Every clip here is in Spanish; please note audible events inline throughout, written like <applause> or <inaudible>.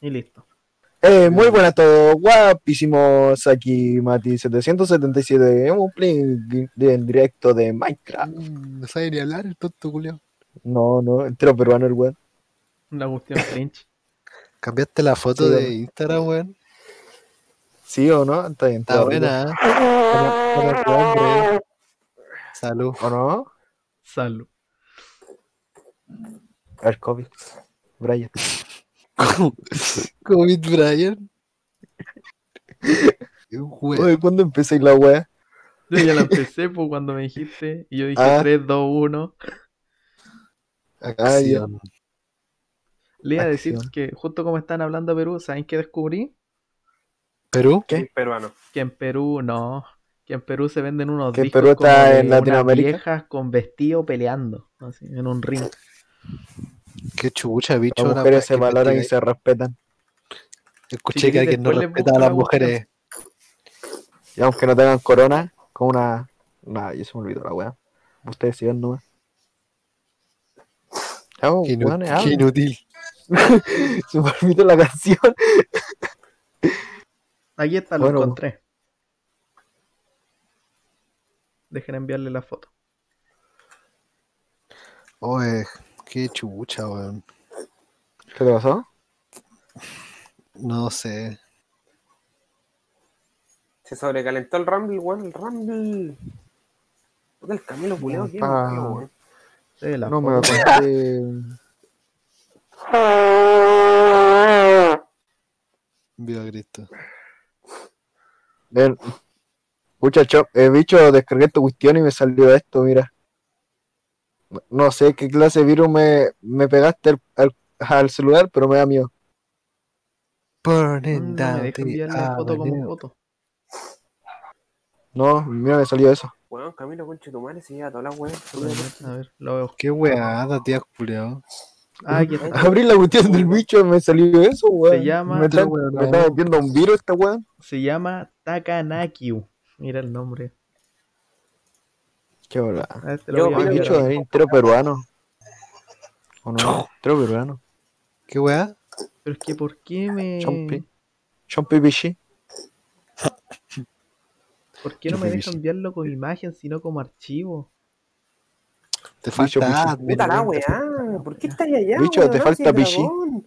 Y listo. Eh, muy buenas a todos, guapísimos aquí Mati777, un play en directo de Minecraft. Mm, No sabe ni hablar el tonto, Julio. No, no, entero peruano el weón. Una cuestión <laughs> cringe. Cambiaste la foto Sí, de bueno. Instagram, weón. ¿Sí o no? Está bien, Está está bonito. buena, ¿eh? Está bien, está bien, weón, weón. Salud. <laughs> ¿O no? Salud. <laughs> El COVID. Brian. COVID Brian. Un juego. Oye, ¿cuándo empecé la weá? Yo ya la empecé pues, cuando me dijiste. Y yo dije Ah. 3, 2, 1. Acción. Le iba a decir Acción. que justo como están hablando de Perú, ¿saben qué descubrí? Perú. ¿Qué? Sí, peruano. Que en Perú, no. Que en Perú se venden unos ¿Que en discos Perú como está de en Latinoamérica? unas viejas con vestido peleando. Así, en un ring. Qué chucha, bicho. Las la weá mujeres se que valoran y investiga- se respetan. Escuché Si que queréis, alguien no después les respeta a busco las la cuestión. mujeres. Y aunque no tengan corona, con una. Nada, yo se me olvidó la weá. Ustedes sigan nomás. Chao, Qué, inu- weones, qué hablen. inútil. Se me olvidó la canción. <laughs> Aquí está, lo Bueno. encontré. Dejen enviarle la foto. Oye, qué chucha, weón. ¿Qué te pasó? No sé. Se sobrecalentó el Rumble, weón. El Rumble. Puta, el Camilo culeado que es, Ah. feo, weón. Sí, Eh, la No me foto. acordé. Viva Cristo. <laughs> Ven. Escucha, chop, eh, bicho, descargué tu cuestión y me salió esto, mira. No sé qué clase de virus me, me pegaste al, al- al celular, pero me da miedo. Mm, Mm, Burning No me deja enviarle ah, la foto como foto. No, mira, me salió eso. <laughs> Weón, Camilo, conche tu madre, se lleva todas las weas. A ver, lo veo. Qué weada, tía culiao. Ah, aquí está. Abrí la cuestión del bicho y me salió eso, weón. llama- Me está, Otro weón, me está ¿no? metiendo un virus esta weón. Se llama Takanakiu. Mira el nombre. Qué hola. A este Yo lo voy a El opino enviar bicho ahora. es entero peruano. ¿O no? Entero peruano. Qué weá. Pero es que, ¿por qué me.? Chompi. Chompi Bichi. ¿Por qué no me deja Chompi bici. enviarlo con imagen, sino como archivo? Te Bicho, bicho. falta admin, Puta la weón. weá. ¿Por qué estás allá? Bicho, weón? te Ah, falta si el pichí. dragón.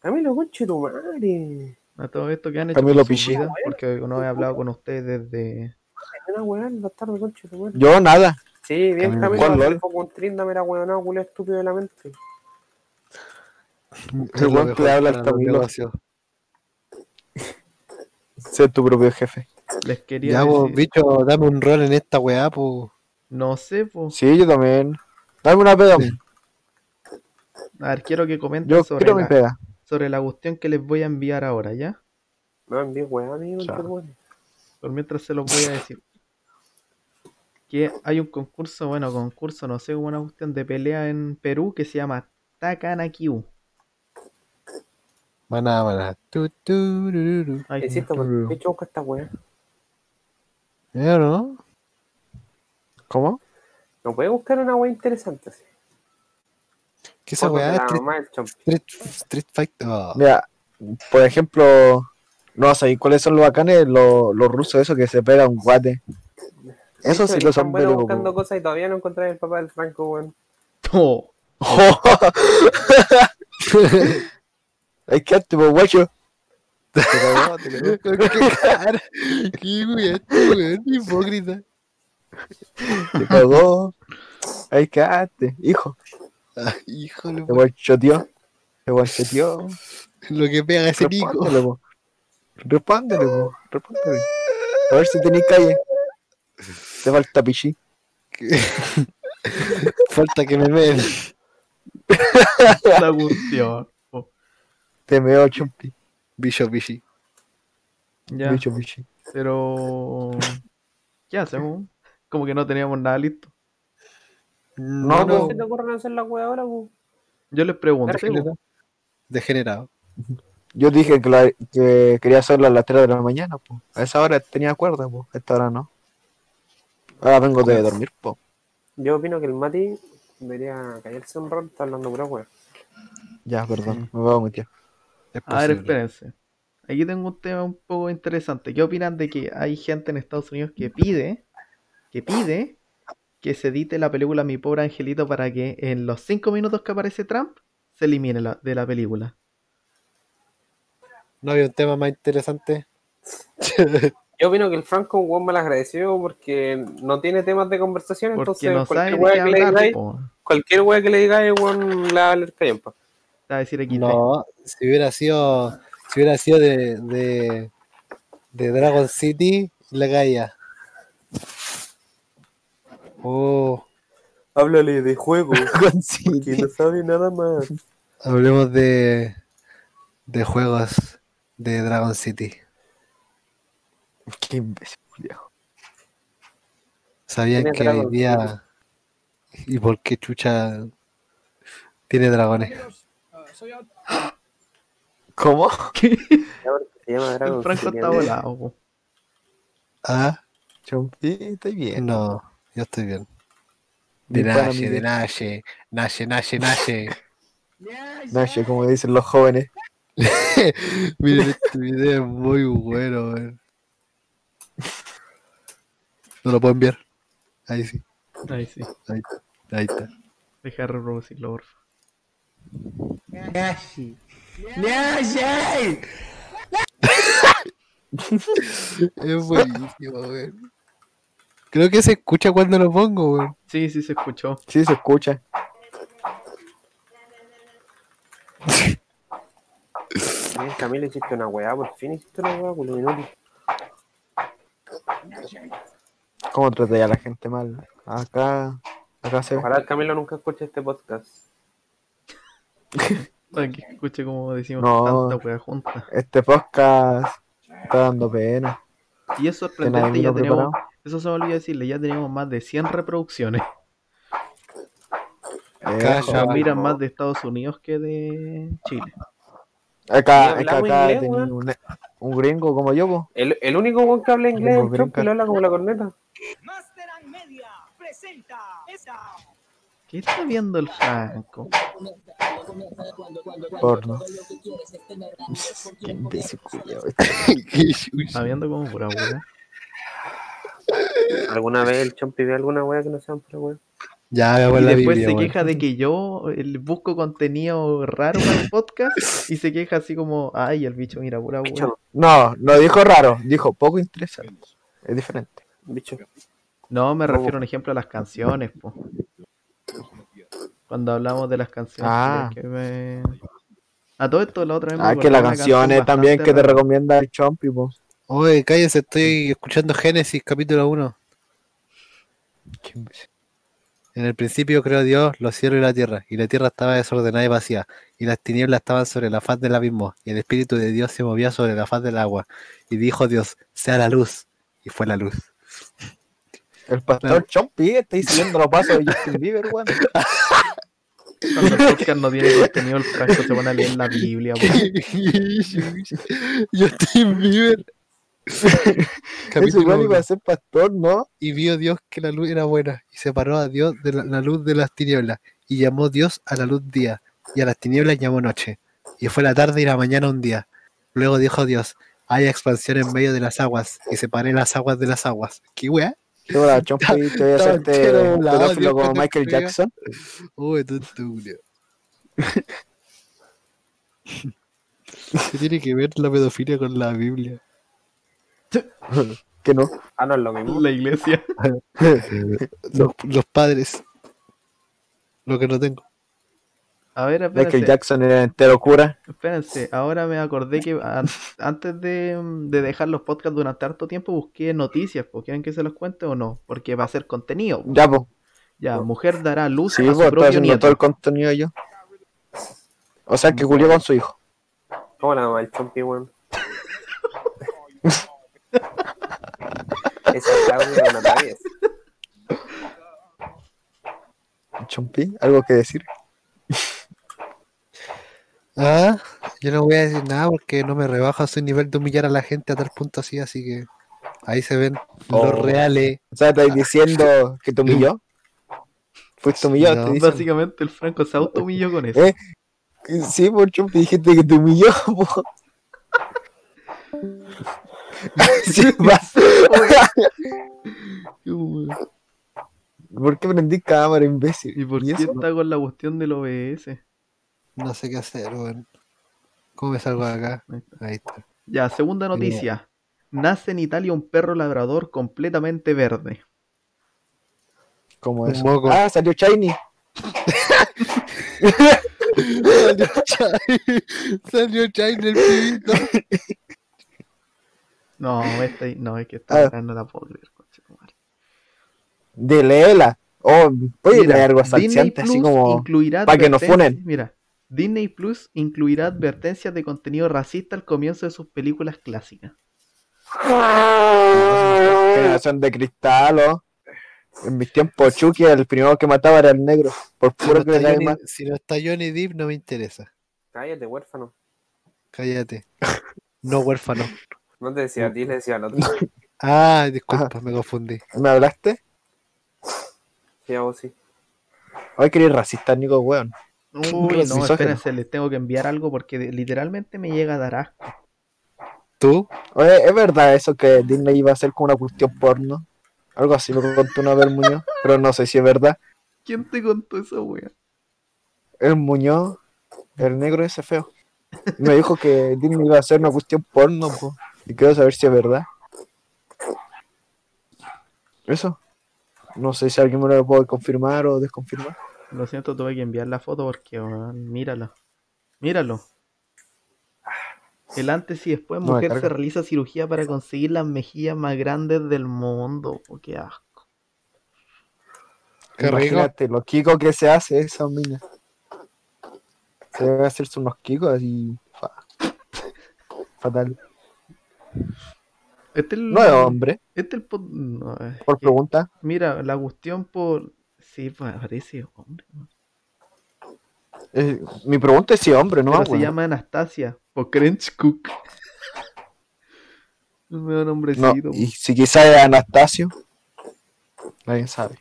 Camilo, conche tu madre. A todo esto que han hecho. Camilo con su Pichí. vida, Porque no he hablado con ustedes desde. Una weá, el bastardo, conche tu madre. Yo nada. Sí, Camilo, bien, Camilo. ¿cuál, hace lol? poco un trin, dame la weá, no, culo estúpido de la mente. Es El lo weón que mejor le habla al para los Camilo. negocios. Sé tu propio jefe. Les quería. Ya, vos, decir- bicho, dame un rol en esta weá, po. No sé, pues. Sí, yo también. Dame una pega. A ver, quiero que comenten Yo sobre, quiero mi la, pega. sobre la cuestión que les voy a enviar ahora, ¿ya? No, bien, weá, amigo, Chao. conche tu madre. Por mientras se los voy a decir. Que hay un concurso, bueno, concurso, no sé, una cuestión de pelea en Perú que se llama Takanakiu. Maná, maná. Tu, tu, ru, ru, ru. Ay, Insisto, Camilo. por qué busca esta weá. ¿Eh, no? ¿Cómo? No puede buscar una weá interesante. así. ¿Qué esa Fotos de weá? la Street, mamá del chompi. Street- Street Fighter. Ah, Mira, por ejemplo, no sé cuáles son los bacanes, los, los rusos, esos que se pegan un guate. Eso sí Bicho, lo están son, buenos pero. buscando cosas y todavía no encontré el papá del Franco, weón. No. <laughs> Es que antes, pues, guacho. Te cagó, te cagó. <laughs> Qué cara. Qué weá, este weón, hipócrita. Te cagó. Ay, que antes, hijo. Ah, híjole, Te guachoteó. Te guachoteó. lo que pega ese Nico. Respóndele, po. Respóndele, po. Respóndele. A ver si tenés calle. Te falta pichí. Falta que me vean. La cuestión. po. Te veo chumpi. Bicho, bichi. Ya, Bicho pichí. pero. ¿Qué hacemos? Como que no teníamos nada listo. No, ¿Cómo no. se te ocurren hacer la weá ahora, weón? Yo les pregunté, Degenerado. Degenerado. Yo dije que, la- que quería hacerlo a las 3 de la mañana, po. A esa hora tenía cuerda, po. A esta hora no. Ahora vengo de dormir, po. Yo opino que el Mati debería callarse un rato, está hablando pura weá. Ya, perdón, me voy a meter. Es A ver, posible. espérense. Aquí tengo un tema un poco interesante. ¿Qué opinan de que hay gente en Estados Unidos que pide, que pide que se edite la película Mi pobre angelito para que en los cinco minutos que aparece Trump se elimine la- de la película? ¿No había un tema más interesante? Yo opino que el Franco es un buen mal agradecido porque no tiene temas de conversación, Porque entonces no cualquier saben de qué wea que le hablar. digáis, po. cualquier wea que le digáis, weón, la va a leer callampa. Te va a decir aquí. No, si hubiera sido, si hubiera sido de, de, de Dragon City, la caía. Oh, Háblale de <laughs> juego, Dragon City. sabe nada más. Hablemos de, de juegos de Dragon City. Qué imbécil, culiao. ¿Sabían Tiene que dragones, vivía? ¿Y por qué Chucha tiene dragones? ¿Cómo? Se llama El Dragon Franco City, está ¿no? volado. po. Ah, Chompi, estoy bien. no, yo estoy bien. Mi De pana, Naye, mi de bien. Naye, Naye, Naye, Naye. Nacho, como dicen los jóvenes. Miren, este video es muy bueno, weón. ¿No lo puedo enviar? Ahí sí, Ahí sí. ahí está. Ahí está. Deja de reproducirlo, porfa. Es buenísimo, weón. Creo que se escucha cuando lo pongo, weón. Sí, sí se escuchó. Sí, se escucha. Bien, Camilo, hiciste una weá, por fin hiciste una weá, culo minuto. ¿Cómo traté a la gente mal? Acá, acá se ve. Ojalá el Camilo nunca escuche este podcast. Para que escuche como decimos No. tanta wea junta. Este podcast está dando pena. Y es Que nadie sorprendente, vino ya preparado. tenemos, eso se me olvidó decirle, ya tenemos más de 100 reproducciones. Eh, Calla. Nos Chaval, miran no. más de Estados Unidos que de Chile. Acá, ¿Y acá, hablamos acá inglés, tenía weón? un, un gringo como yo, po. El, el único weón que habla inglés es Como el Chopi, brinca. lo habla como la corneta. Master and Media presenta esa. ¿Qué está viendo el Franco? porno. <laughs> Qué imbécil, culiao. este. Está viendo como pura wea. ¿Alguna vez el Chompi ve alguna weá que no sean pura weá? <laughs> Ya, veamos Y la después Biblia, se weón. queja de que yo eh, busco contenido raro para el podcast y se queja así como, ay, el bicho mira pura wea. Bicho, No, no dijo raro, dijo poco interesante. Es diferente. bicho. No, me refiero a pues. un ejemplo a las canciones, po. Cuando hablamos de las canciones. Ah. que me- A todo esto la otra vez me Ah, acordé que de las una canciones canción también que bastante te rara. recomienda el Chompi, po. Oye, cállese, estoy escuchando Génesis capítulo 1. Qué imbécil. En el principio creó Dios los cielos y la tierra, y la tierra estaba desordenada y vacía, y las tinieblas estaban sobre la faz del abismo, y el Espíritu de Dios se movía sobre la faz del agua. Y dijo Dios, sea la luz, y fue <laughs> la luz. El pastor Chompi está diciendo los pasos de Justin Bieber, weón. Cuando el podcast no tiene contenido, el Franco se pone a leer la Biblia, po. <laughs> Yo estoy en Bieber. Ese <laughs> capítulo weón iba a uno. ser pastor, ¿no? Y vio Dios que la luz era buena, y separó a Dios de la, la luz de las tinieblas, y llamó Dios a la luz día, y a las tinieblas llamó noche. Y fue la tarde y la mañana un día. Luego dijo Dios, hay expansión en medio de las aguas, y separé las aguas de las aguas. ¿Qué weá? Yo, la Chompi, te voy a Estaba hacerte entero pedófilo volado, Dios, como cuando Michael pega. Jackson. Uy, tonto, Julio. ¿Qué tiene que ver la pedofilia con la Biblia? Que no. Ah, no es lo mismo. La iglesia. Los, los padres. Lo que no tengo. A ver, Michael espérense, Jackson era entero cura. espérense. Ahora me acordé que an- antes de, de dejar los podcasts durante harto tiempo busqué noticias. po. ¿Quieren que se los cuente o no? Porque va a ser contenido. po. Ya, po. Ya, mujer dará luz Sí, a pues su estoy propio haciendo todo el nieto. contenido yo. O sea, que culió con su hijo. ¿Cómo la mamá el Chompi, <laughs> weón? Esa es la weá, una rabia. Chompi, algo que decir. Ah, yo no voy a decir nada porque no me rebaja su nivel de humillar a la gente a tal punto así, así que ahí se ven Oh. los reales. O sea, estáis diciendo que Pues te humilló. Fuiste humillado, No. te dicen. Básicamente el Franco se auto humilló con eso. Eh, Sí, por Chompi, dijiste que te humilló. <laughs> <laughs> po. Sí, vas. Oh. ¿Por qué prendí cámara, imbécil? ¿Y por qué eso? está con la cuestión del OBS? No sé qué hacer, weón. ¿Cómo me salgo de acá? Ahí está. Ahí está. Ya, segunda noticia. Nace en Italia un perro labrador completamente verde. ¿Cómo Un es? moco. Ah, salió Shiny. Salió Chai. Salió Chai del <laughs> pibito. No, este, no, es que Ah. esta weá no la puedo creer, coche tu madre. De Leela. Oh, oye, Mira, traer algo Disney salseante, Plus así como. incluirá pa' que nos advertencias- funen. Mira, Disney Plus incluirá advertencias de contenido racista al comienzo de sus películas clásicas. Generación de cristal, oh. En mis tiempos, Chucky, el primero que mataba era el negro. Por Si no, puro que está le Johnny, más. si no está Johnny Depp, no me interesa. Cállate, huérfano. <laughs> Cállate. No, huérfano. No te decía a ti, le decía al otro. Ah, disculpa, me confundí. eh. ¿Me hablaste? Sí, a vos sí. Hoy quería racista, Nico, weón. Uy, no, misógino. espérense, les tengo que enviar algo porque de- literalmente me llega a dar asco. <laughs> ¿Tú? Oye, ¿es verdad eso que Disney iba a hacer como una cuestión porno? Algo así lo contó una vez el Muñoz, pero no sé si es verdad. ¿Quién te contó eso, wea? El Muñoz, el negro ese feo, me dijo que Disney iba a hacer una cuestión porno, po, y quiero saber si es verdad. Eso. No sé si alguien me lo puede confirmar o desconfirmar. Lo siento, tuve que enviar la foto porque, weón, mírala. Míralo. El antes y después, No me mujer se carga. realiza cirugía para conseguir las mejillas más grandes del mundo. Oh, qué asco. Qué Imagínate lo kiko que se hace esa mina. Se debe hacerse unos kikos y. fa- Fatal. Este es el, No es hombre, este es el pod- no, es por que- pregunta. Mira, la cuestión por. Sí, pues, parece hombre. ¿no? Eh, mi pregunta es si hombre, ¿no? Pero se weón? llama Anastasia. Por Crunch <laughs> Cook. Un nuevo No, nombrecito. y si quizá es Anastasio, nadie sabe.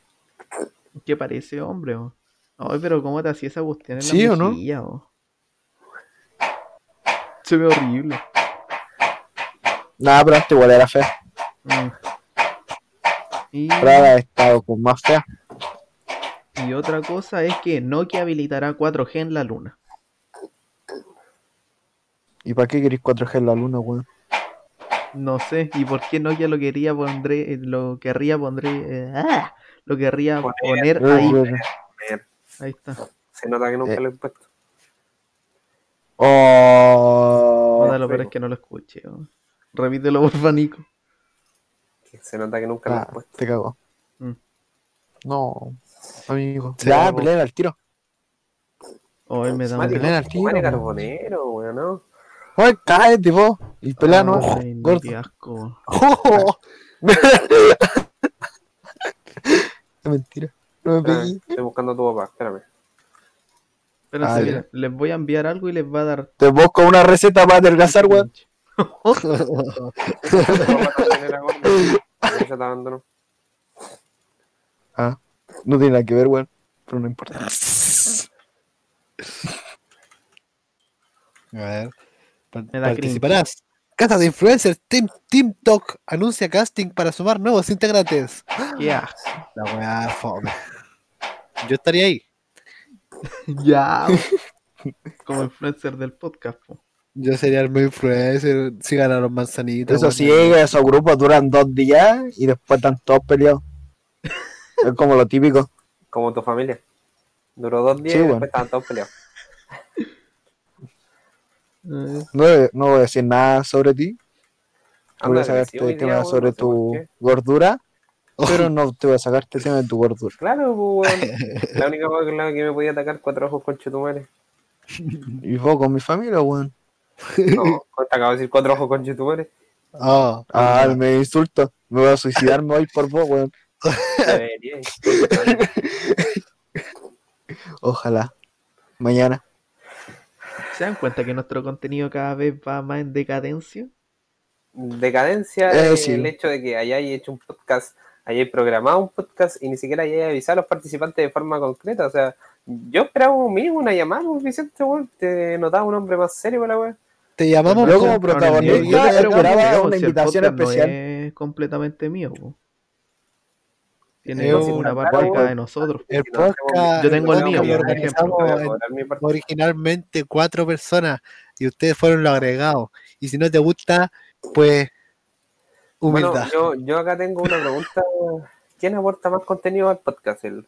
Que parece hombre, o. Ay, pero ¿cómo te hacía esa cuestión en la ¿Sí o no? mejilla, o? Se ve horrible. Nada, pero esta igual era fea. Mm. Y, Prada ha estado con más fea. y otra cosa es que Nokia habilitará 4G en la luna. ¿Y para qué queréis 4G en la luna, weón? No sé, y por qué Nokia lo quería pondré, eh, lo querría pondré, eh, ¡ah! lo querría poner ahí. Ahí está. Se nota que nunca Eh. lo he puesto. Oh, Nada, lo peor es que no lo escuché. ¿no? Repítelo, por Nico. Que Se nota que nunca lo Ah, he puesto. te cagó. Mm. No, amigo. Se ya, cagó. pelea al tiro. Hoy me da un Mario, pelea al tiro, Mario weón. Carbonero, weón, ¿no? Oye, cállate, vos. Y pelea no, Ah, Ay, no, gordo. qué asco. <laughs> Es mentira. No me Ah, pegué. estoy buscando a tu <laughs> papá, espérame. Espérense, Ah, ya. mira, les voy a enviar algo y les va a dar. Te busco una receta para adelgazar, weón. cringe. Tu papá también era gordo. Ya te abandonó. Ah, no tiene nada que ver, weón. Pero no Ah, importa. A ver. Pa- Me da participarás. Casa de influencers Team, Team Talk anuncia casting para sumar nuevos integrantes. Qué asco. La weá, fome. Yo estaría ahí. <laughs> Ya. po. <laughs> Como influencer del podcast, po. Yo sería el medio influencer si ganaron manzanitas. Eso weón. sí, eh, esos grupos duran dos días y después están todos <laughs> peleados. Es como lo típico. Como tu familia. Duró dos días Sí, y weón. después estaban todos peleados. Eh, No, no voy a decir nada sobre ti. Voy Ándale, a sacarte sí, hoy día, temas weón, sobre no sé tu por qué. <laughs> gordura, Oh, <laughs> pero no te voy a sacarte temas de tu gordura. Claro, pues, weón. <laughs> La única cosa con la que me podía atacar cuatro ojos con chetumares. Y vos con mi familia, weón. No, te acabo de decir cuatro ojos con chetumares. Ah, Ah, ah, me insulto. Me voy a suicidarme hoy por vos, weón. Debería. Ojalá. Mañana. ¿Se dan cuenta que nuestro contenido cada vez va más en decadencia? Decadencia Eh, es sí. el hecho de que hayáis hecho un podcast, hayáis programado un podcast y ni siquiera hayáis avisado a los participantes de forma concreta. O sea, Yo esperaba un mínimo una llamada, pues, Vicente, weón. Te notaba un hombre más serio, la weón. Te llamamos Yo porque- como protagonista Yo te espero esperaba cuando- una si el invitación podcast no especial. es completamente mío. po. Tiene Es una un- parte claro, acá de po. nosotros. el podcast. Yo tengo el mío, que por organizamos ejemplo. en- originalmente cuatro personas y ustedes fueron los agregados. Y si no te gusta, pues Bueno, humildad. yo, yo acá tengo una pregunta. ¿Quién aporta más contenido al podcast? ¿El,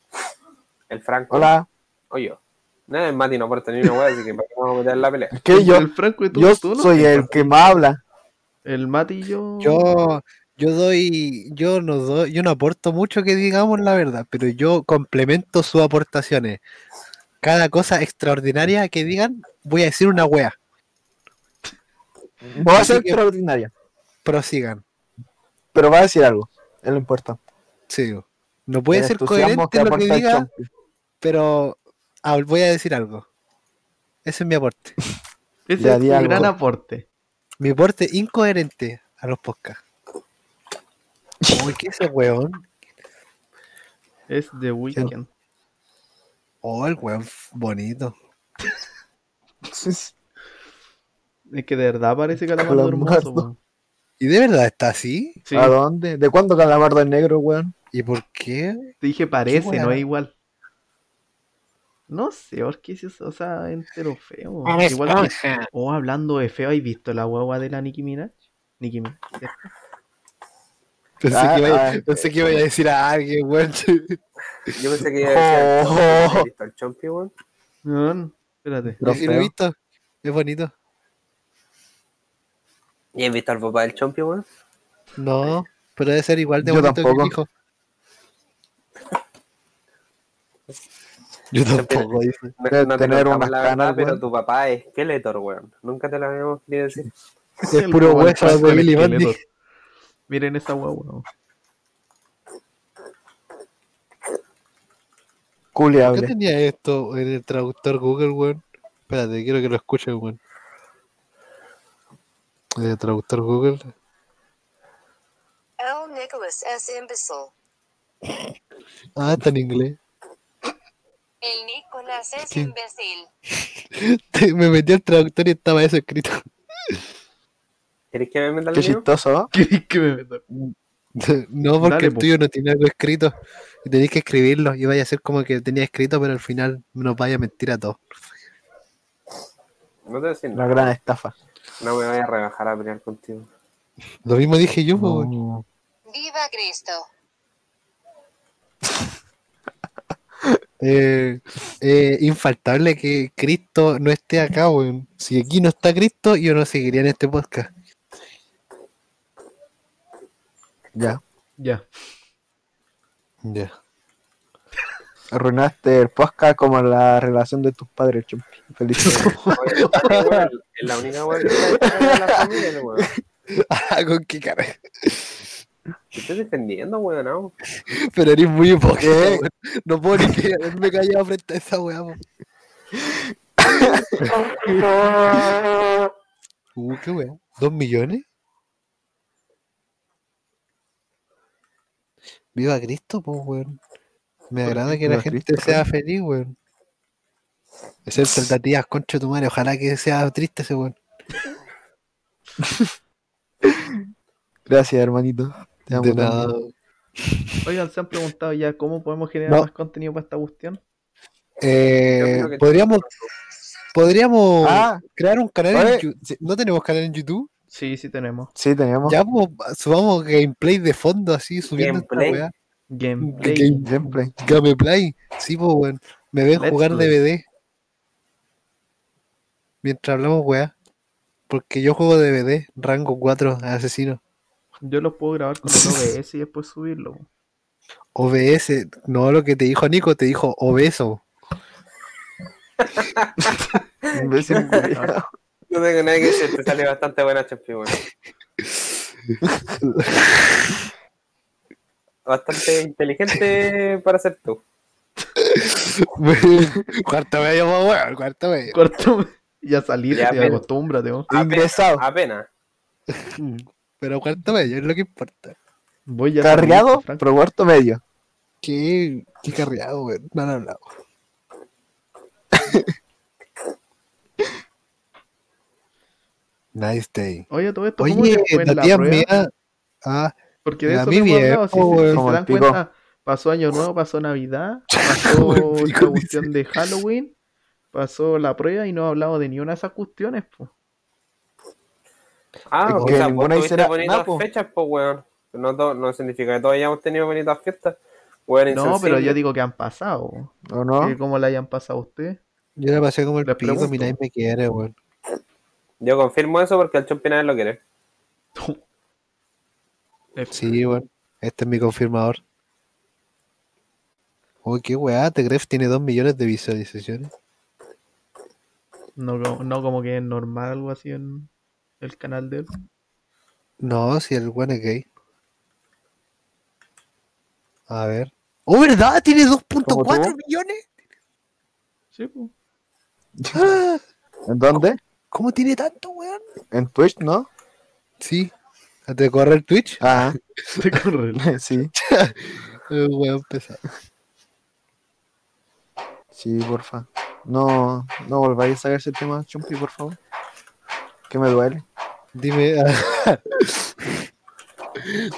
el Franco Hola, o yo? No, el Mati no aporta ni una weá, así que ¿para qué vamos a meter en la pelea? es que yo, el Franco y tú, yo tú no soy te- el que más habla. El Mati y yo. Yo, yo doy, yo no doy, yo no aporto mucho que digamos la verdad, pero yo complemento sus aportaciones. Cada cosa extraordinaria que digan, voy a decir una wea. Voy a Así ser que- extraordinaria, Prosigan. pero va a decir algo. Es lo importante. Sigo. No puede El ser entusiasmo coherente lo que aporta el diga, Chompi. pero ah, voy a decir algo. Ese es mi aporte. Ese ya es un di algo. gran aporte. Mi aporte incoherente a los podcasts. Uy, ¿qué es ese weón? Es The Weeknd. Oh, el weón f- bonito. Es que de verdad parece <laughs> calamardo hermoso. Calamardo. po. ¿Y de verdad está así? Sí, ¿A dónde? ¿De cuándo Calamardo es negro, weón? ¿Y por qué? te dije parece, wea. no es igual. No sé, porque es eso, o sea, entero feo. Igual que- oh, hablando de feo, ¿has visto la guagua de la Nicki Minaj? Nicki Minaj. ¿cierto? Pensé, Ah, que iba, ah, pensé que iba a decir a alguien, weón. <laughs> Yo pensé que iba a decir al Oh. Chompi, ¿has visto al Chompi, weón? No, no, espérate. Pero ¿Sí lo he feo. visto? Es bonito. ¿Y has visto al papá del Chompi, weón? No, pero debe ser igual de Yo bonito que tampoco. el hijo. Yo tampoco, dice. No- Debe no te tener contamos unas la verdad, canas, pero weón. tu papá es Skeletor, weón. Nunca te lo habíamos querido decir. Es puro Como <laughs> el hueso Franco de el Billy esqueleto. Bundy. Miren esa guagua. ¿Qué Culiable. tenía esto en el traductor Google, weón? Espérate, quiero que lo escuchen, weón. En el traductor Google. L. Nicholas S. Imbecile. Ah, está en inglés. <laughs> El Nicolás es ¿Qué? imbécil. Me metí al traductor y estaba eso escrito. ¿Querés que me meta el Qué mío? chistoso, ¿no? ¿Qué que me meto? No, porque Dale, el po. tuyo no tiene algo escrito. Y Tenéis que escribirlo. Y vaya a ser como que tenía escrito, pero al final nos vaya a mentir a todos. No te voy a decir Una nada. gran estafa. No me voy a rebajar a <laughs> pelear contigo. Lo mismo dije yo, po, weón. No. Viva Cristo. Eh, eh, infaltable que Cristo no esté acá, weón. Si aquí no está Cristo, yo no seguiría en este podcast. Ya. Ya. Ya. <laughs> Arruinaste el podcast como la relación de tus padres, Chompi. <laughs> Felicidades. Oye, padre, weón, es la única weón que está en la familia, weón. Ah, ¿Con qué cara? Te estoy defendiendo, weón, no. Pero eres muy hipócrita, ¿Qué? weón. No puedo ni quedarme callado frente a esa weá, po. Uh, qué weá. ¿Dos millones? Viva Cristo, pues, weón. Me agrada que la Viva gente Cristo, sea feliz, weón. Excepto el Tatías, concho tu madre. Ojalá que sea triste ese weón. Gracias, hermanito. Te amo De también. nada. Oigan, se han preguntado ya cómo podemos generar No. más contenido para esta cuestión. Yo Eh, creo que- podríamos, podríamos Ah, crear un canal en oye, YouTube. ¿No tenemos canal en YouTube? Sí, sí tenemos. sí, teníamos Ya po, subamos gameplay de fondo así, subiendo esta Gameplay. weá. Gameplay. Game- gameplay. Gameplay. Sí, pues weón. Me ven Let's jugar play. DVD. Mientras hablamos, weá. Porque yo juego DVD, rango 4, asesino. Yo los puedo grabar <laughs> con el OBS y después subirlo. po. OBS, no lo que te dijo Nico, te dijo obeso. <laughs> Imbécil, culiao. Ah, No tengo nada que decir, te sale bastante buena, Chompi, weón. Bastante inteligente para ser tú. <laughs> cuarto medio, po, weón, cuarto medio. Corto. <laughs> Ya saliste, Ya, ya, pero- acostúmbrate. po. Ingresado. Ah, Apenas. Pero cuarto medio es lo que importa. Mm. Voy ya. Cargado, saliste, Franco. pero muerto medio. Qué, qué carriado, weón. No han hablado. Nice day. Oye, todo esto, ¿cómo Oye, le fue en la la tía prueba? mía. Ah, Porque de la eso mi no hemos hablado, viejo, si, se- si weón. se Como dan el pico. cuenta, pasó Año Nuevo, pasó <laughs> Navidad, pasó Como el la pico, cuestión de Halloween, pasó la prueba y no hablamos de ni una de esas cuestiones, po. Ah, Es o que sea, ninguna vos ahí tuviste será bonitas nada, po. fechas, pues, weón. No, to- no significa que todos hayamos tenido bonitas fiestas. Weón, No, pero insensible. yo digo que han pasado. ¿O ¿Ah? no? Que ¿Cómo la hayan pasado a usted? yo la pasé como el Les pico, pregunto. mi nadie me quiere, weón. Yo confirmo eso porque el Chompinás lo quiere. Sí, weón. Este es mi confirmador. Uy, qué weá, Tegref tiene 2 millones de visualizaciones. No, co- no como que es normal algo así en el canal de él. No, si el weón es gay. A ver. ¡Oh, verdad! ¡Tiene 2.4 millones! Sí, po. <laughs> ¡Ah! <laughs> ¿En dónde? ¿Cómo tiene tanto, weón? ¿En Twitch, no? Sí. ¿Te corre el Twitch? Ah, <laughs> Se corre. sí. Eh, weón, pesado. Sí, porfa. No, no volváis a sacar ese tema, Chumpi, por favor. Que me duele. Dime. <laughs> ah,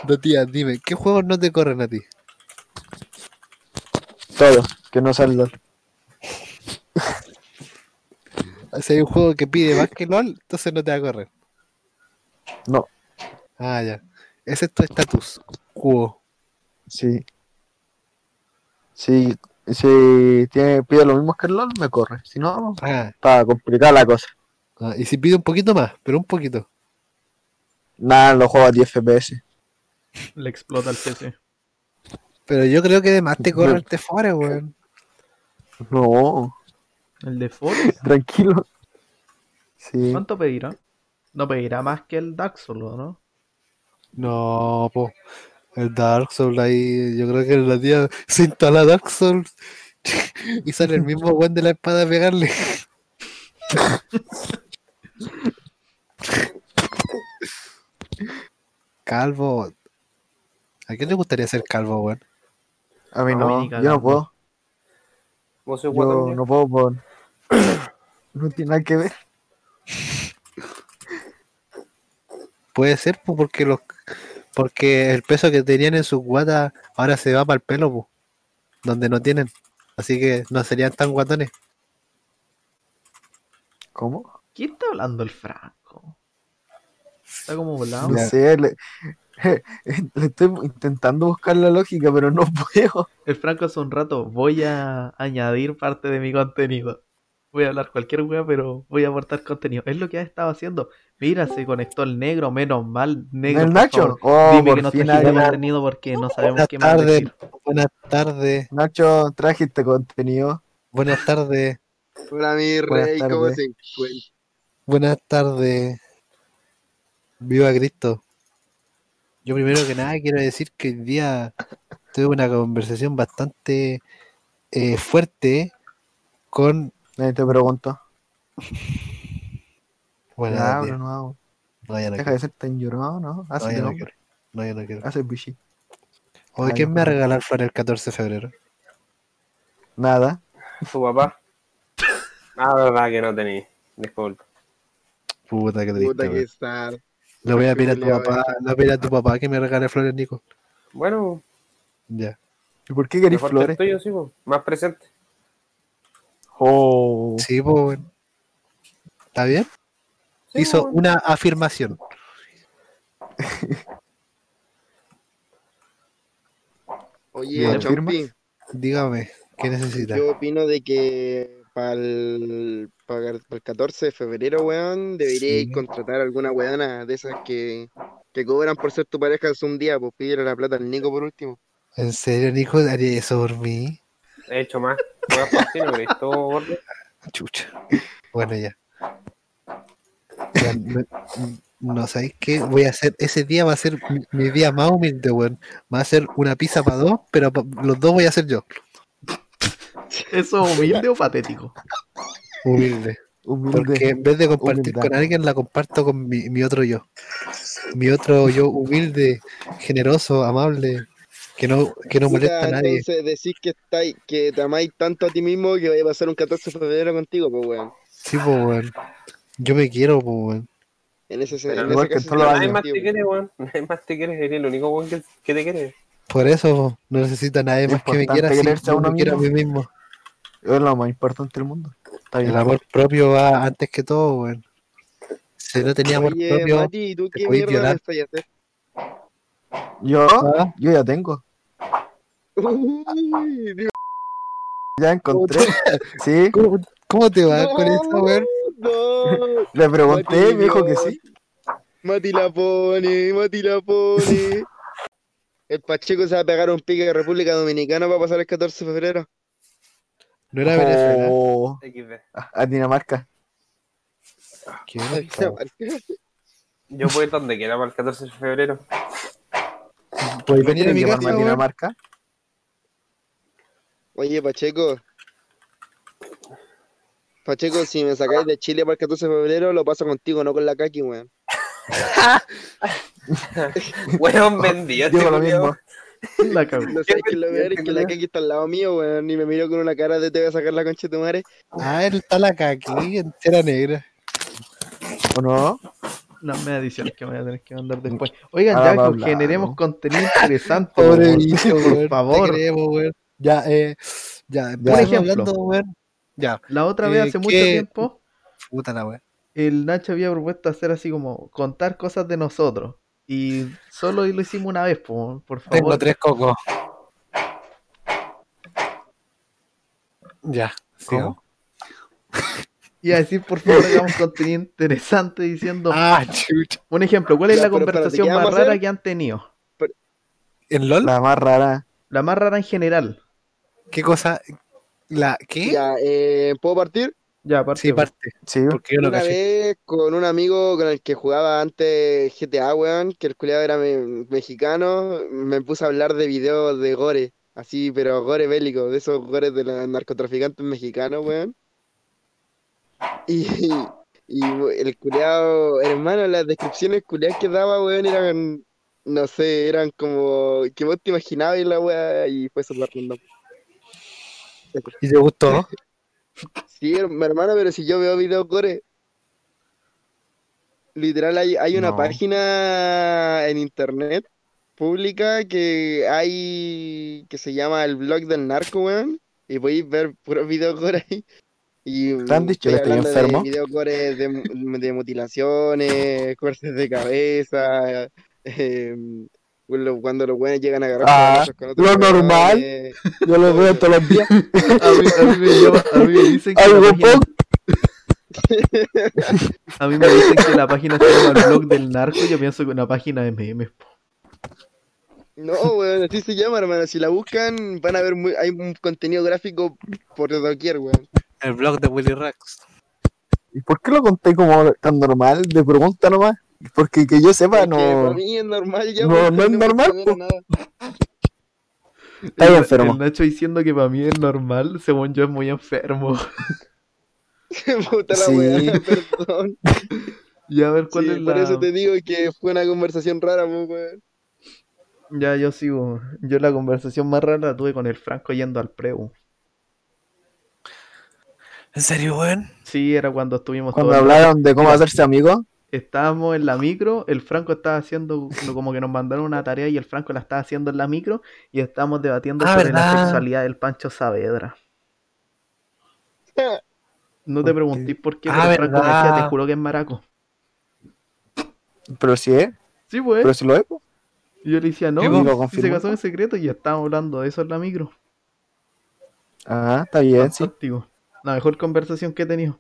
No, tía, dime, ¿qué juegos no te corren a ti? Todo, que no salga. Si hay un juego que pide más que LOL, entonces no te va a correr. No, Ah, ya. Ese es tu estatus. Cubo. sí. Sí, si tiene, pide lo mismo que el LOL, me corre. Si no, Ah, está complicada la cosa. ah, y si pide un poquito más, pero un poquito. Nada, lo juego a 10 FPS. Le explota el PC. Pero yo creo que de más te corre el Tefore, weón. No, El de Forest. tranquilo. Sí, ¿Cuánto pedirá? No pedirá más que el Dark Souls, ¿o ¿no? No, po. El Dark Souls ahí, yo creo que la tía se instala Dark Souls <laughs> y sale el mismo weón de la espada a pegarle. <laughs> calvo. ¿A quién le gustaría ser calvo, weón? a mí No, no, ni yo no cagando. puedo. Vos sois guatón, Yo ya. no puedo por... <coughs> No tiene nada que ver. Puede ser, po, porque los porque el peso que tenían en sus guatas ahora se va para el pelo, po, donde no tienen. Así que no serían tan guatones. ¿Cómo? ¿Quién está hablando el Franco? Está como volado. No Ya. sé, le, le <laughs> estoy intentando buscar la lógica, pero no <laughs> puedo. El Franco hace un rato, voy a añadir parte de mi contenido. Voy a hablar cualquier wea, pero voy a aportar contenido. Es lo que ha estado haciendo. Mira, se conectó el negro, menos mal, negro. ¿El por Nacho? favor. Oh, Dime que por no fin trajiste alguien- contenido porque no sabemos Buenas qué más tardes, decir. buenas tardes, Nacho, trajiste contenido. buenas tardes, Hola, mi Buenas rey, ¿cómo tardes. se encuentra? buenas tardes. Viva Cristo. Yo primero que nada quiero decir que hoy día tuve una conversación bastante eh, fuerte con... Nadie te preguntó. Bueno, Ya, tía, pero no hago. no, ya no Deja quiero, de ser tan llorón, ¿no? no, Hace ya no nombre, Ah, quiero, no, ya no quiero. hace bichi. Oye, Ay, ¿quién me va a joder. regalar flores el 14 de febrero? Nada. Tu papá. Ah, verdad que no tení. Disculpa. Puta, que triste. Puta que weón. está. Le voy a pedir a tu culiao, papá, le voy a pedir a tu papá que me regale flores, Nico. Bueno, Ya. ¿Y por qué querés mejor que el flores? tuyo, sí, po. Más presente. Oh. Sí, pues. weón. ¿Está bien? Sí, Hizo weón. una afirmación. Oye, ¿Lo Chompi, Dígame, ¿qué necesita? yo opino de que para el, 14 de febrero, weón, debería Sí. contratar alguna weona de esas que, que cobran por ser tu pareja hace un día, pues pídele la plata al Nico por último. ¿En serio, Nico? ¿Haría eso por mí? He hecho más. Más <laughs> por ti, no crees tú, gordo. Chucha. Bueno, ya. Ya, me- no sabéis qué voy a hacer. Ese día va a ser mi, mi día más humilde, weón. Va a ser una pizza para dos, pero pa- los dos voy a ser yo. ¿Eso es humilde o patético? Humilde. <laughs> Humilde. Porque en vez de compartir Humildad. con alguien, la comparto con mi, mi otro yo. Mi otro yo humilde, generoso, amable, que no, que no molesta Puta, a nadie. Entonces decís que, estáis, que te amáis tanto a ti mismo que vaya a pasar un 14 de febrero contigo, pues weón. Sí, pues, weón. Yo me quiero, pues, weón. En ese Pero sentido. no es que todos los Nadie años, más te quiere, weón. <laughs> Nadie más te quiere, sería el único weón que, que te quiere. Por eso po, no necesita nadie Es más que me quiera, importante sí, quererse a yo uno me quiero a mí mismo. mismo. Es lo más importante del mundo. Está bien. El amor propio va antes que todo, weón. Si no tenía amor Oye, propio, Mati, ¿y ¿tú te qué podéis mierda violar. estás haciendo? Yo, Ah. yo ya tengo. Uy, Dios, Ya encontré. <laughs> Sí, ¿cómo, cómo <laughs> te va <laughs> con No. eso, weón? no. le pregunté y me dijo que sí. Mati la pone, Mati la pone. El Pacheco se va a pegar un pique de República Dominicana para pasar el 14 de febrero. No Oh. era Venezuela. O XD. a Oh, a Dinamarca. Qué bueno, Yo voy donde quiera para el 14 de febrero. <laughs> ¿Puedes ¿Me venir a quieren mi llevarme casa, a weón? Dinamarca? Oye, Pacheco. Pacheco, si me sacáis de Chile para el 14 de febrero, lo paso contigo, no con la Kaki, weón. <laughs> Weón vendido. este Digo lo culiao. mismo. La cago. No sé qué lo peor es que la Kaki está al lado mío, weón. Y me miro con una cara de te voy a sacar la concha de tu madre. Ah, él está la caqui, entera negra. ¿O no? Las medias ediciones que me voy a tener que mandar después. Oigan, Ahora va a ya hablar, generemos ¿no? <laughs> contenido interesante. Pobre por- bicho, por weón. te favor. queremos, weón. Ya, eh, ya, Por empezamos ejemplo. hablando, weón. Ya, La otra vez, Eh, hace mucho ¿qué? tiempo, puta la weón. el Nacho había propuesto hacer así como contar cosas de nosotros. Y solo lo hicimos una vez, po, por Tengo favor. tres cocos. Ya, sigo. Y a decir, por favor, hagamos contenido interesante diciendo. Ah, chucha. Un ejemplo, ¿cuál es Ya, la pero espérate, conversación ¿qué vamos más a hacer? rara que han tenido? ¿En LOL? La más rara. La más rara en general. ¿Qué cosa? ¿La qué? Ya, eh, ¿puedo partir? Ya, parte. sí, parte. Sí, Porque yo lo una caché. vez con un amigo con el que jugaba antes GTA, weón, que el culiado era me- mexicano, me puse a hablar de videos de gore, así, pero gore bélico, de esos gores de los narcotraficantes mexicanos, weón. Y, y el culiado, hermano, las descripciones culiadas que daba, weón, eran, no sé, eran como que vos te imaginabas y la weá, y fue súper random. ¿Y te gustó? Sí, her- hermano, pero si yo veo videos core. Literal, hay, hay una No. página en internet pública que hay que se llama el blog del narco, weón. Y podéis ver puros videos core ahí. Y ¿Te han dicho estoy que estoy hablando de enfermo? videos core de, mu- de mutilaciones, cortes de cabeza, <laughs> eh, cuando cuando los weones llegan a agarrar Ah, palazos con otros lo normal. weones. yo lo veo todos los días. A mí, a mí me, llama- a mí me dicen que la Algo página- poco. <laughs> a mí me dicen que la página se llama el blog del narco. Yo pienso que una página de memes. po. No, weón, así se llama, hermano. Si la buscan, van a ver muy, hay un contenido gráfico por doquier, weón. El blog de Willy Rex. ¿Y por qué lo conté como tan normal? De pregunta nomás. Porque que yo sepa, Porque para no. mí es normal ya, No, weón, no es me normal, genera po. nada. <laughs> Está El- enfermo. El Nacho diciendo que para mí es normal, según yo es muy enfermo. <laughs> Puta la Sí. weá, <laughs> perdón. Y a ver cuál Sí, es Por la. eso te digo que fue una conversación rara, po, weón. Ya, yo sigo. Yo la conversación más rara la tuve con el Franco yendo al preu. ¿En serio, weón? Sí, era cuando estuvimos Cuando todos- hablaron de cómo Mira. hacerse amigos, estábamos en la micro, el Franco estaba haciendo como que nos mandaron una tarea y el Franco la estaba haciendo en la micro y estábamos debatiendo Ah, sobre la ¿verdad? sexualidad del Pancho Saavedra. No te ¿Por pregunté por qué, Ah, pero el Franco me decía, ¿verdad? te juro que es maraco. pero sí es, Sí, pues. pero sí lo es. po. Y yo le decía, no, Sí, pues, si lo se confirmó. casó en secreto y ya estábamos hablando de eso en la micro. Ah, está bien, sí. Fantástico. La mejor conversación que he tenido.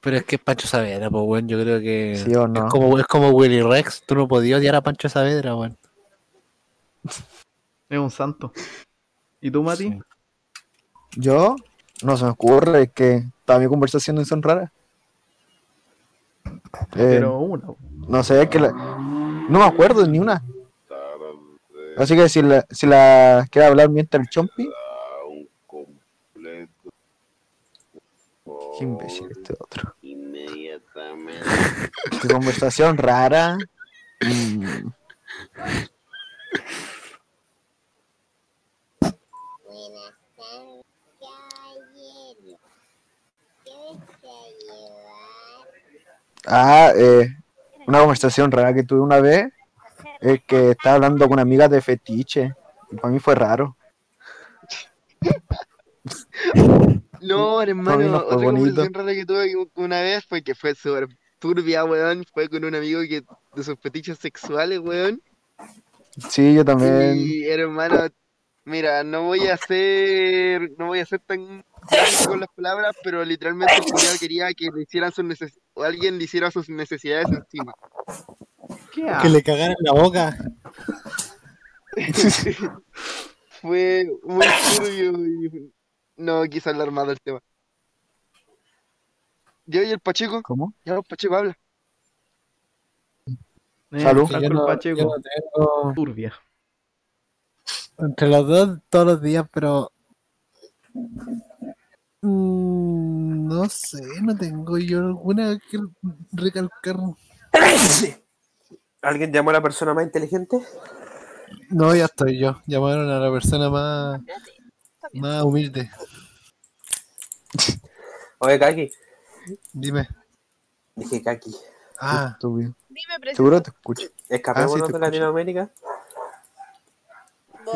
Pero es que Pancho Saavedra, pues, weón. Yo creo que. Sí o no. Es como, es como Willy Rex. Tú no podías odiar a Pancho Saavedra, weón. Es un santo. ¿Y tú, Mati? Sí. Yo, no se me ocurre, es que todas mis conversaciones son raras. Eh, Pero una. no sé, es que la- no me acuerdo de ni una. Así que si la, si la quiere hablar mientras el chompi. Qué imbécil este otro. Tu conversación rara. mm, Ah, eh, una conversación rara que tuve una vez es que estaba hablando con una amiga de fetiche. Y para mí fue raro. No, hermano, Fabián, no fue otra bonito. conversación rara que tuve un- una vez fue que fue súper turbia, weón. Fue con un amigo que de sus fetiches sexuales, weón. Sí, yo también. Y hermano, mira, no voy a ser, no voy a ser tan blanco con las palabras, pero literalmente el culiao quería que le hicieran sus neces- o alguien le hiciera sus necesidades encima. <laughs> ¿Qué Que Ah. haces? le cagaran la boca. Fue muy turbio y no quise hablar más del tema. Yo y el Pacheco, ¿Cómo? ya el Pacheco habla. Eh, Salud. Franco Yo el no- Pacheco, yo no tengo- <laughs> turbia. Entre los dos, todos los días, pero. Mm, No sé, no tengo yo alguna que recalcar. <laughs> ¿Alguien llamó a la persona más inteligente? No, ya estoy yo. Llamaron a la persona más, más humilde. Oye, Kaki. Dime. Dije Kaki. Ah, Estúpido. Dime, Seguro te escucho. Ah, Escapémonos te de escucho. Latinoamérica.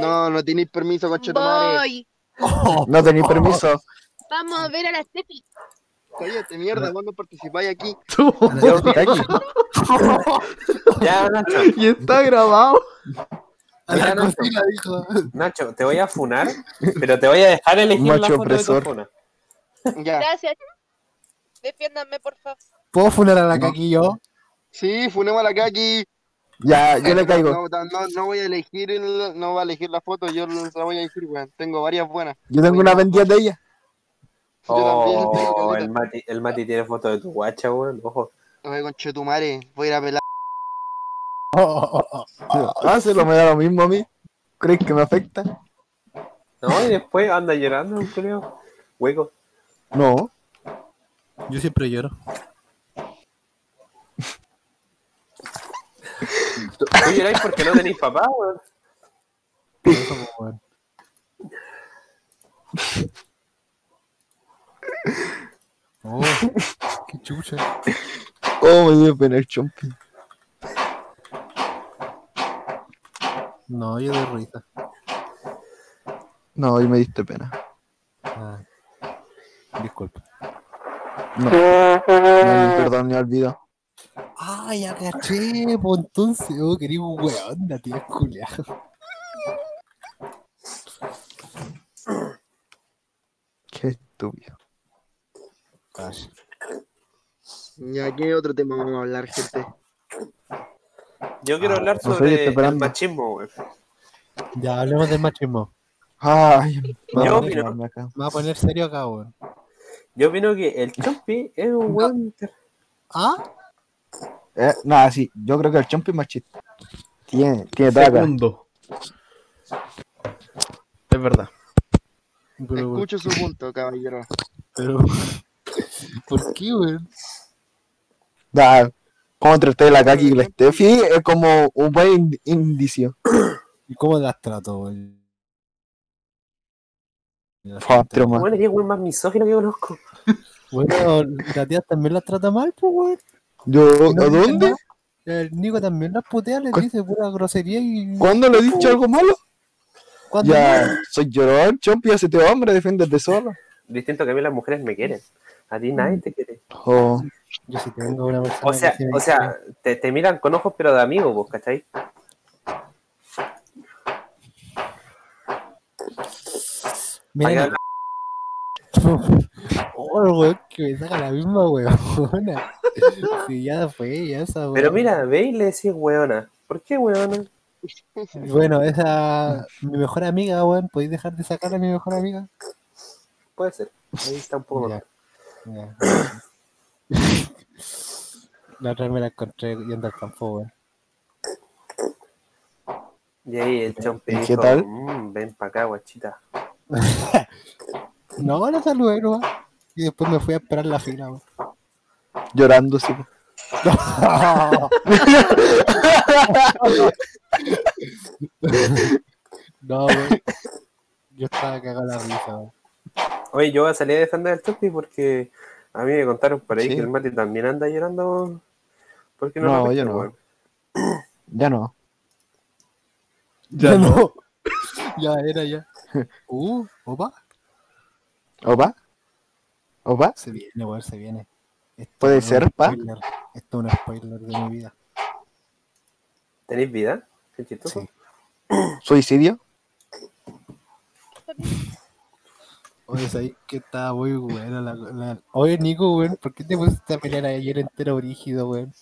No, no tenéis permiso, conchetumare. Voy. No tenéis permiso. Vamos a ver a la Steffi. Cállate, mierda, vos no participáis aquí. oh. Ya, Nacho. y está grabado. a la Ya, Nacho. cocina dijo. Nacho, te voy a funar, pero te voy a dejar elegir la Macho foto de opresor. tu funa. Ya. Gracias. Defiéndanme, por favor. ¿Puedo funar a la No. Kaki yo? Sí, funemos a la Kaki. <laughs> Ya, Ah, yo le caigo. No, no, no, no voy a elegir, el- no va a elegir la foto, yo no la voy a elegir, weón. Tengo varias buenas. Yo tengo una vendida de ella. Yo también tengo <laughs> Oh, caleta. el Mati, el Mati tiene foto de tu guacha, weón. Ojo. Oye, conchetumare, voy a ir a pelar. Ah, se lo me da lo mismo a mí. ¿Crees que me afecta? No, y después anda llorando, creo. Hueco. No. Yo siempre lloro. ¿Tú, tú lloráis porque no tenéis papá, weón? Por eso, pues, weón. Oh, qué chucha. Oh, me dio pena el chompi. No, yo de risa. No, hoy me diste pena. Ah, Disculpa. No. No, ni perdón, ni olvido. Ah, ya caché, pues entonces, oh, querido weón, la tía culia. Qué estúpido. Ya, ¿qué otro tema vamos a hablar, gente? Yo quiero Ah, hablar no sé, yo sobre estoy el esperando. machismo, weón. Ya, hablemos del machismo. Ay, me Yo va a opino. ponerme acá. Me va a poner serio acá, weón. Yo opino que el Chompi es un weón. Ah, Eh, nada, sí, yo creo que el chompi es machista. Tiene, tiene toda la cara. Segundo. Es verdad. pero, Escucho su punto, caballero. pero. ¿Por qué, weón? Da, como entre ustedes la Kaki y la Steffi es como un buen ind- indicio. ¿Y cómo las trato, weón? Fa, pero más. Bueno, es el weón más misógino que conozco. Bueno, <laughs> la tía también las trata mal, pues, weón. Yo, No ¿a dice dónde? nada. El Nico también las putea, les ¿Cu- dice pura grosería y. ¿Cuándo le he dicho algo malo? ¿Cuándo? Ya, soy llorón, chompi, hacete hombre, defiéndete solo. Distinto que a mí las mujeres me quieren. A ti nadie Mm. te quiere. Oh, Yo sí tengo una Ah, persona O sea, que sí me o sea, te, te miran con ojos pero de amigo, vos, ¿cachai? Mira, Acá- oh, el weón, que me saca la misma weona. <laughs> Sí, ya fue, ya esa weón. Pero mira, ve y le decís weona. ¿Por qué weona? Bueno, esa. Mi mejor amiga, weón. ¿Podéis dejar de sacar a mi mejor <laughs> amiga? Puede ser. Ahí está un poco Ya, más. ya. La otra vez me la encontré yendo al campo, weón. Y ahí el Chompi ¿Y qué dijo, tal? "Mm, ven para acá, guachita. No, la saludé, weón. Y después me fui a esperar la fila, <laughs> weón. llorando, sí. No, weón. Yo estaba cagado la risa, weón. Oye, yo voy a salir a defender al Chompi porque a mí me contaron por ahí Sí. que el Mati también anda llorando ¿Por qué No, lo yo pesca, no. weón? Ya no. Ya no. <laughs> Ya era, ya. Uh, opa. ¿Opa? ¿Opa? Se viene, weón, se viene. Esto Puede es un ser, pa. spoiler. Esto es un spoiler de mi vida. ¿Tenéis vida? Qué chistoso. Sí. ¿Suicidio? Oye, ¿sabes que estaba muy buena la, la- Oye, Nico, weón, ¿por qué te pusiste a pelear ayer entero brígido, weón?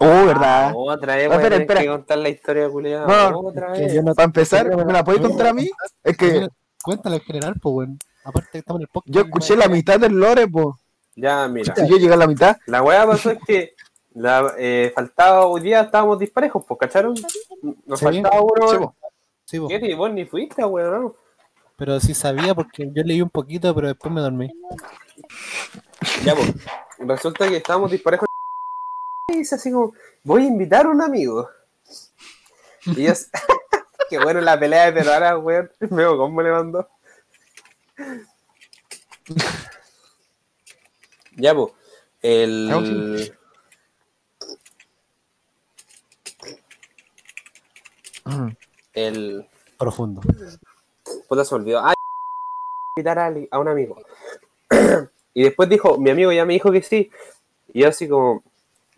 Oh, ¿verdad? Otra vez, Ah, espera, weón, tenés que espera. contar la historia, culiada. No, Otra que vez. yo no- Para empezar, Pero- ¿me la podéis contar a mí? Es que Cuéntalo en general, pues, weón. Aparte que estamos en el podcast. yo escuché la mitad del lore, po. Ya, mira. Si yo llegué a la mitad, La weá pasó es que la, eh, faltaba hoy día, estábamos disparejos, pues, ¿cacharon? Nos Sí. faltaba sí, uno. po. Sí, po. ¿Qué te- vos ni fuiste, weón? ¿no? pero sí sabía porque yo leí un poquito, pero después me dormí. Ya, pues. Resulta que estábamos disparejos. <laughs> Y dice así como, voy a invitar a un amigo. Y yo, <laughs> qué bueno la pelea de peruanas, weón. <laughs> Veo cómo le mandó. Ya, pues. El... El... Profundo. Puta, se me olvidó. Ah, invitar a, alguien- a un amigo. <clears throat> y después dijo, mi amigo ya me dijo que sí. Y yo así como,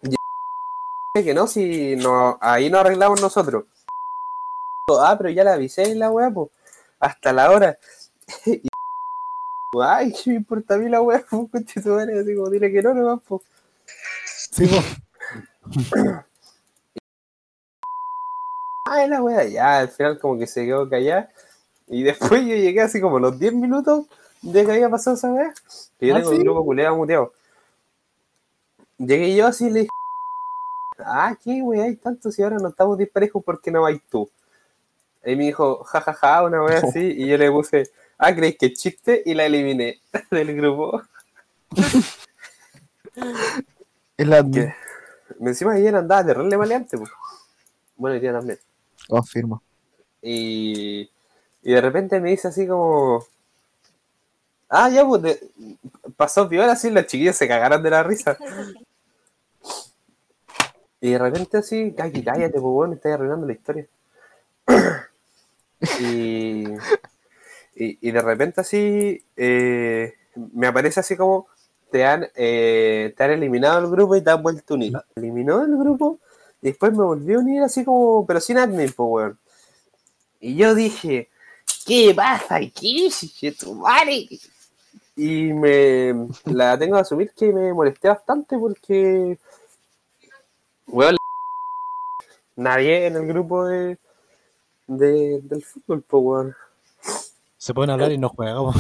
"Y- que no, si no, ahí nos arreglamos nosotros. Ah, pero ya la avisé y la weá, pues, hasta la hora. <laughs> Y- Ay, ¿qué me importa a mí la weá? po, conche tu madre, así como, dile que no, no, pues. Sí, po. Ay, la wea, ya, al final como que se quedó callada. Y <laughs> después yo llegué así como a los 10 minutos de que había pasado esa wea. Que yo ¿Ah, tengo sí? el grupo culeado muteado. Llegué yo así y le dije, ah, qué wea, hay tanto si ahora no estamos disparejos porque no vais tú. Y me dijo, jajaja, una <laughs> wea así. Y yo le puse, ah, creéis que es chiste y la eliminé <laughs> del grupo. Es la... ¿Qué? Encima ayer andaba de rol maleante, pues. Bueno, hoy día también. Confirmo. Y, y de repente me dice así como. Ah, ya, pues de- pasó peor así, los chiquillos se cagaron de la risa. Y de repente así, cállate, cállate, pues bueno, estás arruinando la historia. <coughs> Y, y, y de repente así, eh, me aparece así como, te han, eh, te han eliminado el grupo y te han vuelto a unir. Eliminó el grupo y después me volvió a unir así como, pero sin admin, pues weón. Y yo dije, ¿qué pasa aquí? Dije, tu madre? Y me la tengo que asumir que me molesté bastante porque. Weón, la- nadie en el grupo de, de- del fútbol, po, weón. Se pueden hablar y nos jugamos.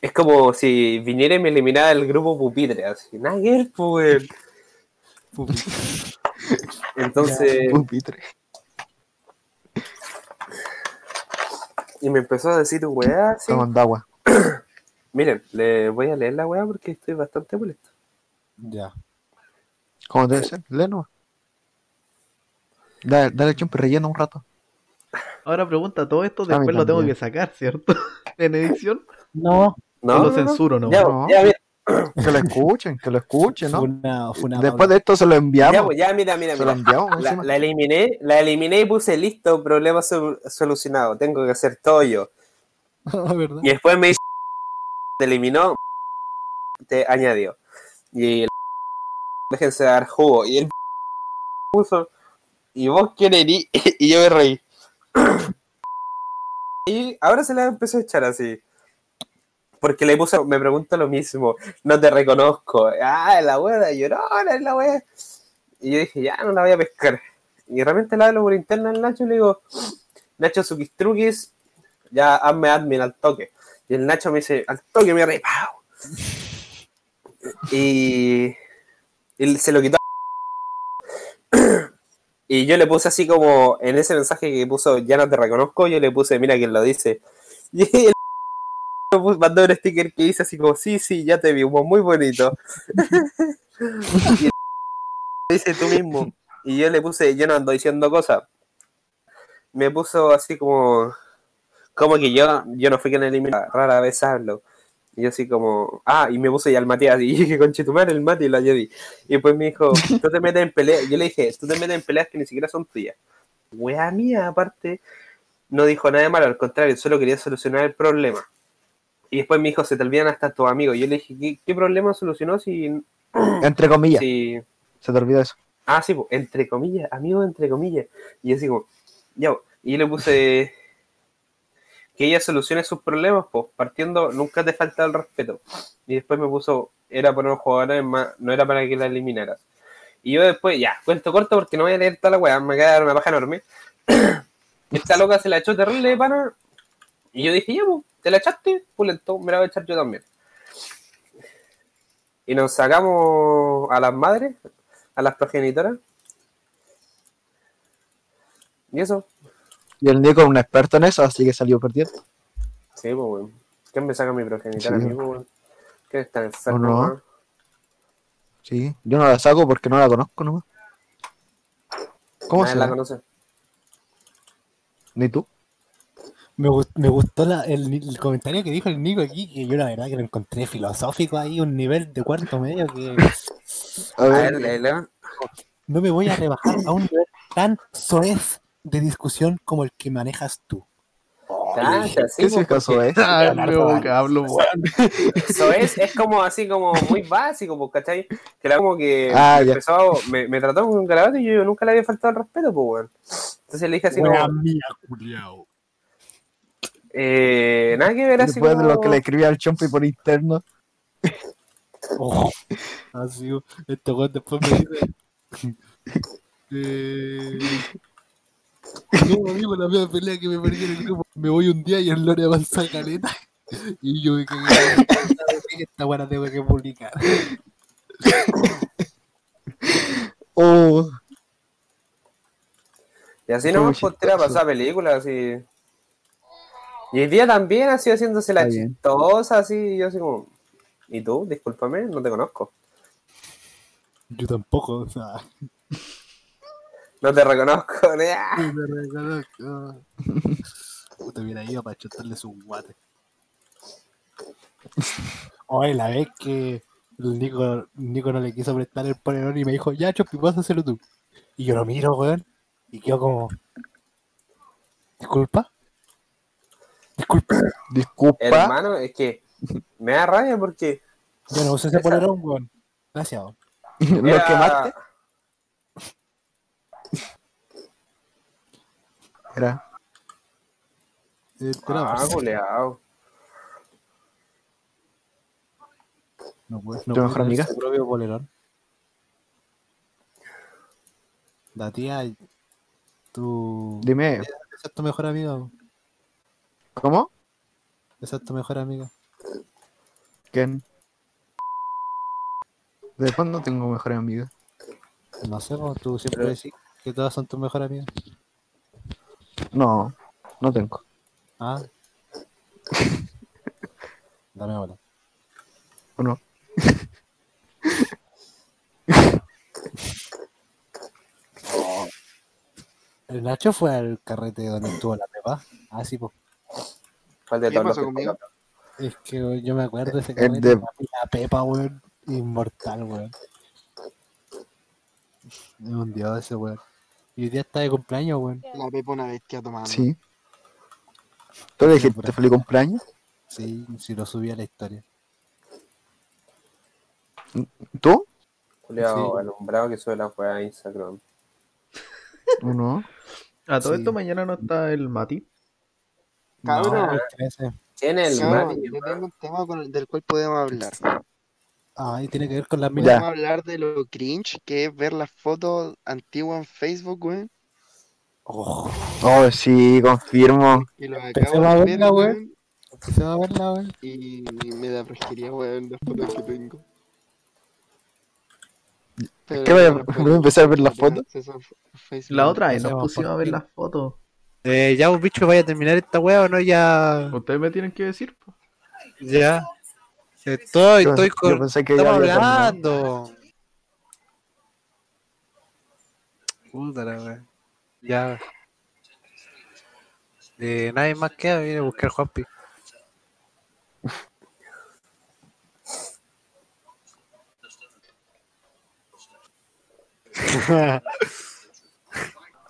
Es como si viniera y me eliminara el grupo pupitre, así, nada que ver, po, weón. Entonces. Pupitre. Y me empezó a decir, weá, así. Tomando agua. Miren, le voy a leer la weá porque estoy bastante molesto. <laughs> ya. ¿Cómo debe ser? Lee nomás. Dale, dale chompe, rellena un rato. Ahora pregunta, todo esto mí después lo tengo también. que sacar, ¿cierto? <laughs> En edición. No, o No, lo no, no. censuro, ¿no? Ya, No. ya, mira, Que lo escuchen, que lo escuchen, <laughs> fue ¿no? una. Fue una Después de esto se lo ya, enviamos. pues, ya, mira, mira, Se lo mira. enviamos La, encima. la eliminé, la eliminé y puse listo, problema sol- solucionado. Tengo que hacer todo yo. Ah, ¿verdad? Y después me dice, te eliminó, te añadió. Y el <laughs> déjense dar jugo. Y el <laughs> puso, y vos quién eres, <laughs> y yo me reí. <coughs> Y ahora se la empezó a echar así. Porque le puso, me pregunto lo mismo, no te reconozco. Ah, la wea llorona, es la wea. Y yo dije, ya no la voy a pescar. Y realmente la hablo por interno al Nacho y le digo, Nacho Sukistruquis, ya hazme admin al toque. Y el Nacho me dice, al toque me rey, ¡pau! Y, y se lo quitó. Y yo le puse así como, en ese mensaje que puso, ya no te reconozco, yo le puse, mira quién lo dice. <laughs> Y el me puso- mandó un sticker que dice así como, sí, sí, ya te vimos, muy bonito. <laughs> y el <laughs> dice tú mismo. Y yo le puse, yo no ando diciendo cosas. Me puso así como, como que yo, yo no fui quien eliminó, rara vez hablo. Y yo así como, ah, y me puse ya al Matías. <laughs> Y dije, conchetumar el Mati y la Jedi. Y después me dijo, tú te metes en peleas. Yo le dije, tú te metes en peleas que ni siquiera son tuyas. Wea mía, aparte, no dijo nada de malo, al contrario, solo quería solucionar el problema. Y después me dijo, se te olvidan hasta tus amigos. Yo le dije, ¿qué, qué problema solucionó si, Entre comillas, si se te olvidó eso. Ah, sí, po, entre comillas, amigo entre comillas. Y yo así como, ya, po. y yo le puse <laughs> que ella solucione sus problemas, pues, partiendo, nunca te falta el respeto. Y después me puso, era para los jugadores más, no era para que la eliminaras. Y yo después, ya, cuento corto porque no voy a leer toda la weá, me queda una paja enorme. <clears throat> Esta loca se la echó terrible de pana. Y yo dije, ya, pues, te la echaste, pulento, me la voy a echar yo también. Y nos sacamos a las madres, a las progenitoras. Y eso, Y el Nico es un experto en eso, así que salió perdiendo. sí, pues, weón. ¿Quién me saca mi progenitora Sí. a mí, pues, weón? ¿Quién está enfermo, no. weón? Sí, yo no la saco porque no la conozco nomás. ¿Cómo Nadie se la llama? conoce. Ni tú. Me, gust- me gustó la- el, ni- el comentario que dijo el Nico aquí, que yo la verdad que lo encontré filosófico ahí, un nivel de cuarto medio que A A ver, ver, léela. no me voy a rebajar a un nivel tan soez de discusión como el que manejas tú. Gracias, sí, ¿qué se pues, casó eh? <laughs> es? Ah, Leonardo no, Valls. cablo, weón. Eso es, es como así como muy básico, pues, ¿cachai? Que era como que <laughs> Ah, ya. empezó, me, me trató con un garabato y yo nunca le había faltado el respeto, pues, weón. Entonces le dije así Wea como, mía, culiao. eh, nada que ver así Después de lo como... que le escribí al Chompi por interno. Oh, así, este weón después me dice. eh, no, amigo, la primera pelea que me perdí en el grupo. Me voy un día y el Lore avanza caleta. Y yo me cagué. en la puta, dije, Esta weá tengo que publicar. Oh, Y así nomás Fue muy pues, te la chistoso. pasaba película, así. Y el día también así haciéndose la Está bien. chistosa, así, y yo así como, ¿y tú? Discúlpame, no te conozco. Yo tampoco, o sea. No te reconozco, <laughs> nea. Me reconozco. Puta, hubiera ido para chotarle su guate. Oye, la vez que el Nico, Nico no le quiso prestar el polerón y me dijo, ya, Chopi, vas a hacerlo tú. Y yo lo miro, weón, y quedo como, disculpa, disculpa, disculpa. Hermano, es que me da rabia porque. yo no usé ese Esa- polerón, weón. Gracias, weón. <laughs> ¿Lo era- quemaste? Era. Eh, te la Ah, vas. culeado. No puede, no ¿Tu puede mejor tener amiga? su propio polerón. La tía, tu... Dime, Esa es tu mejor amiga. po. ¿cómo? Esa es tu mejor amiga. ¿Quién? ¿De cuándo tengo mejor amiga? No sé, po, tú siempre Pero- decís que todas son tus mejores amigas. No, no tengo. Ah. <laughs> Dame ahora. ¿O Ah, no? El Nacho fue al carrete donde estuvo la Pepa. Ah, sí, pues. ¿Cuál de ¿Qué todos los pasó que- conmigo? Es que yo me acuerdo de <laughs> ese El carrete. de- papi, La Pepa, weón. Inmortal, weón. Es un dios ese, weón. Y hoy día está de cumpleaños, weón. La pepa una bestia tomando. Sí. ¿Tú le dijiste feliz cumpleaños? Sí, sí lo subí a la historia. ¿Tú? Culeado, Sí. alumbrado que sube la weá a Instagram. ¿O no? A Ah, todo Sí. esto mañana no está el Mati. Cabrón. No, el 13. ¿Quién es el Cabrón, Mati? yo tengo un tema con el- del cual podemos hablar. Ay, tiene que ver con las minas. Podemos hablar de lo cringe que es ver las fotos antiguas en Facebook, weón. Oh, Oh, sí, confirmo. Y lo Empecemos acabo a de ver, verla, weón. weón, se va a verla, weón. Y me da fresquería, weón, las fotos que tengo. Pero ¿Qué voy a- <laughs> no puedo voy a empezar a ver las tener fotos? acceso a Facebook. La otra vez Ese nos va pusimos a por ver ti. las fotos. Eh, ya, vos, bicho, vaya a terminar esta wea o no, ya. Ustedes me tienen que decir. po. Ya. Estoy, Yo- estoy yo con. pensé que ya Estamos había terminado. hablando. Puta la wea. Ya. Eh, nadie más queda, viene a buscar Juanpi.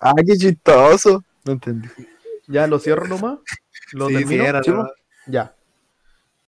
Ah, qué chistoso. No entendí. ¿Ya lo cierro nomás? ¿Lo Sí, termino? cierra, ¿Sí, ¿no? po? Ya.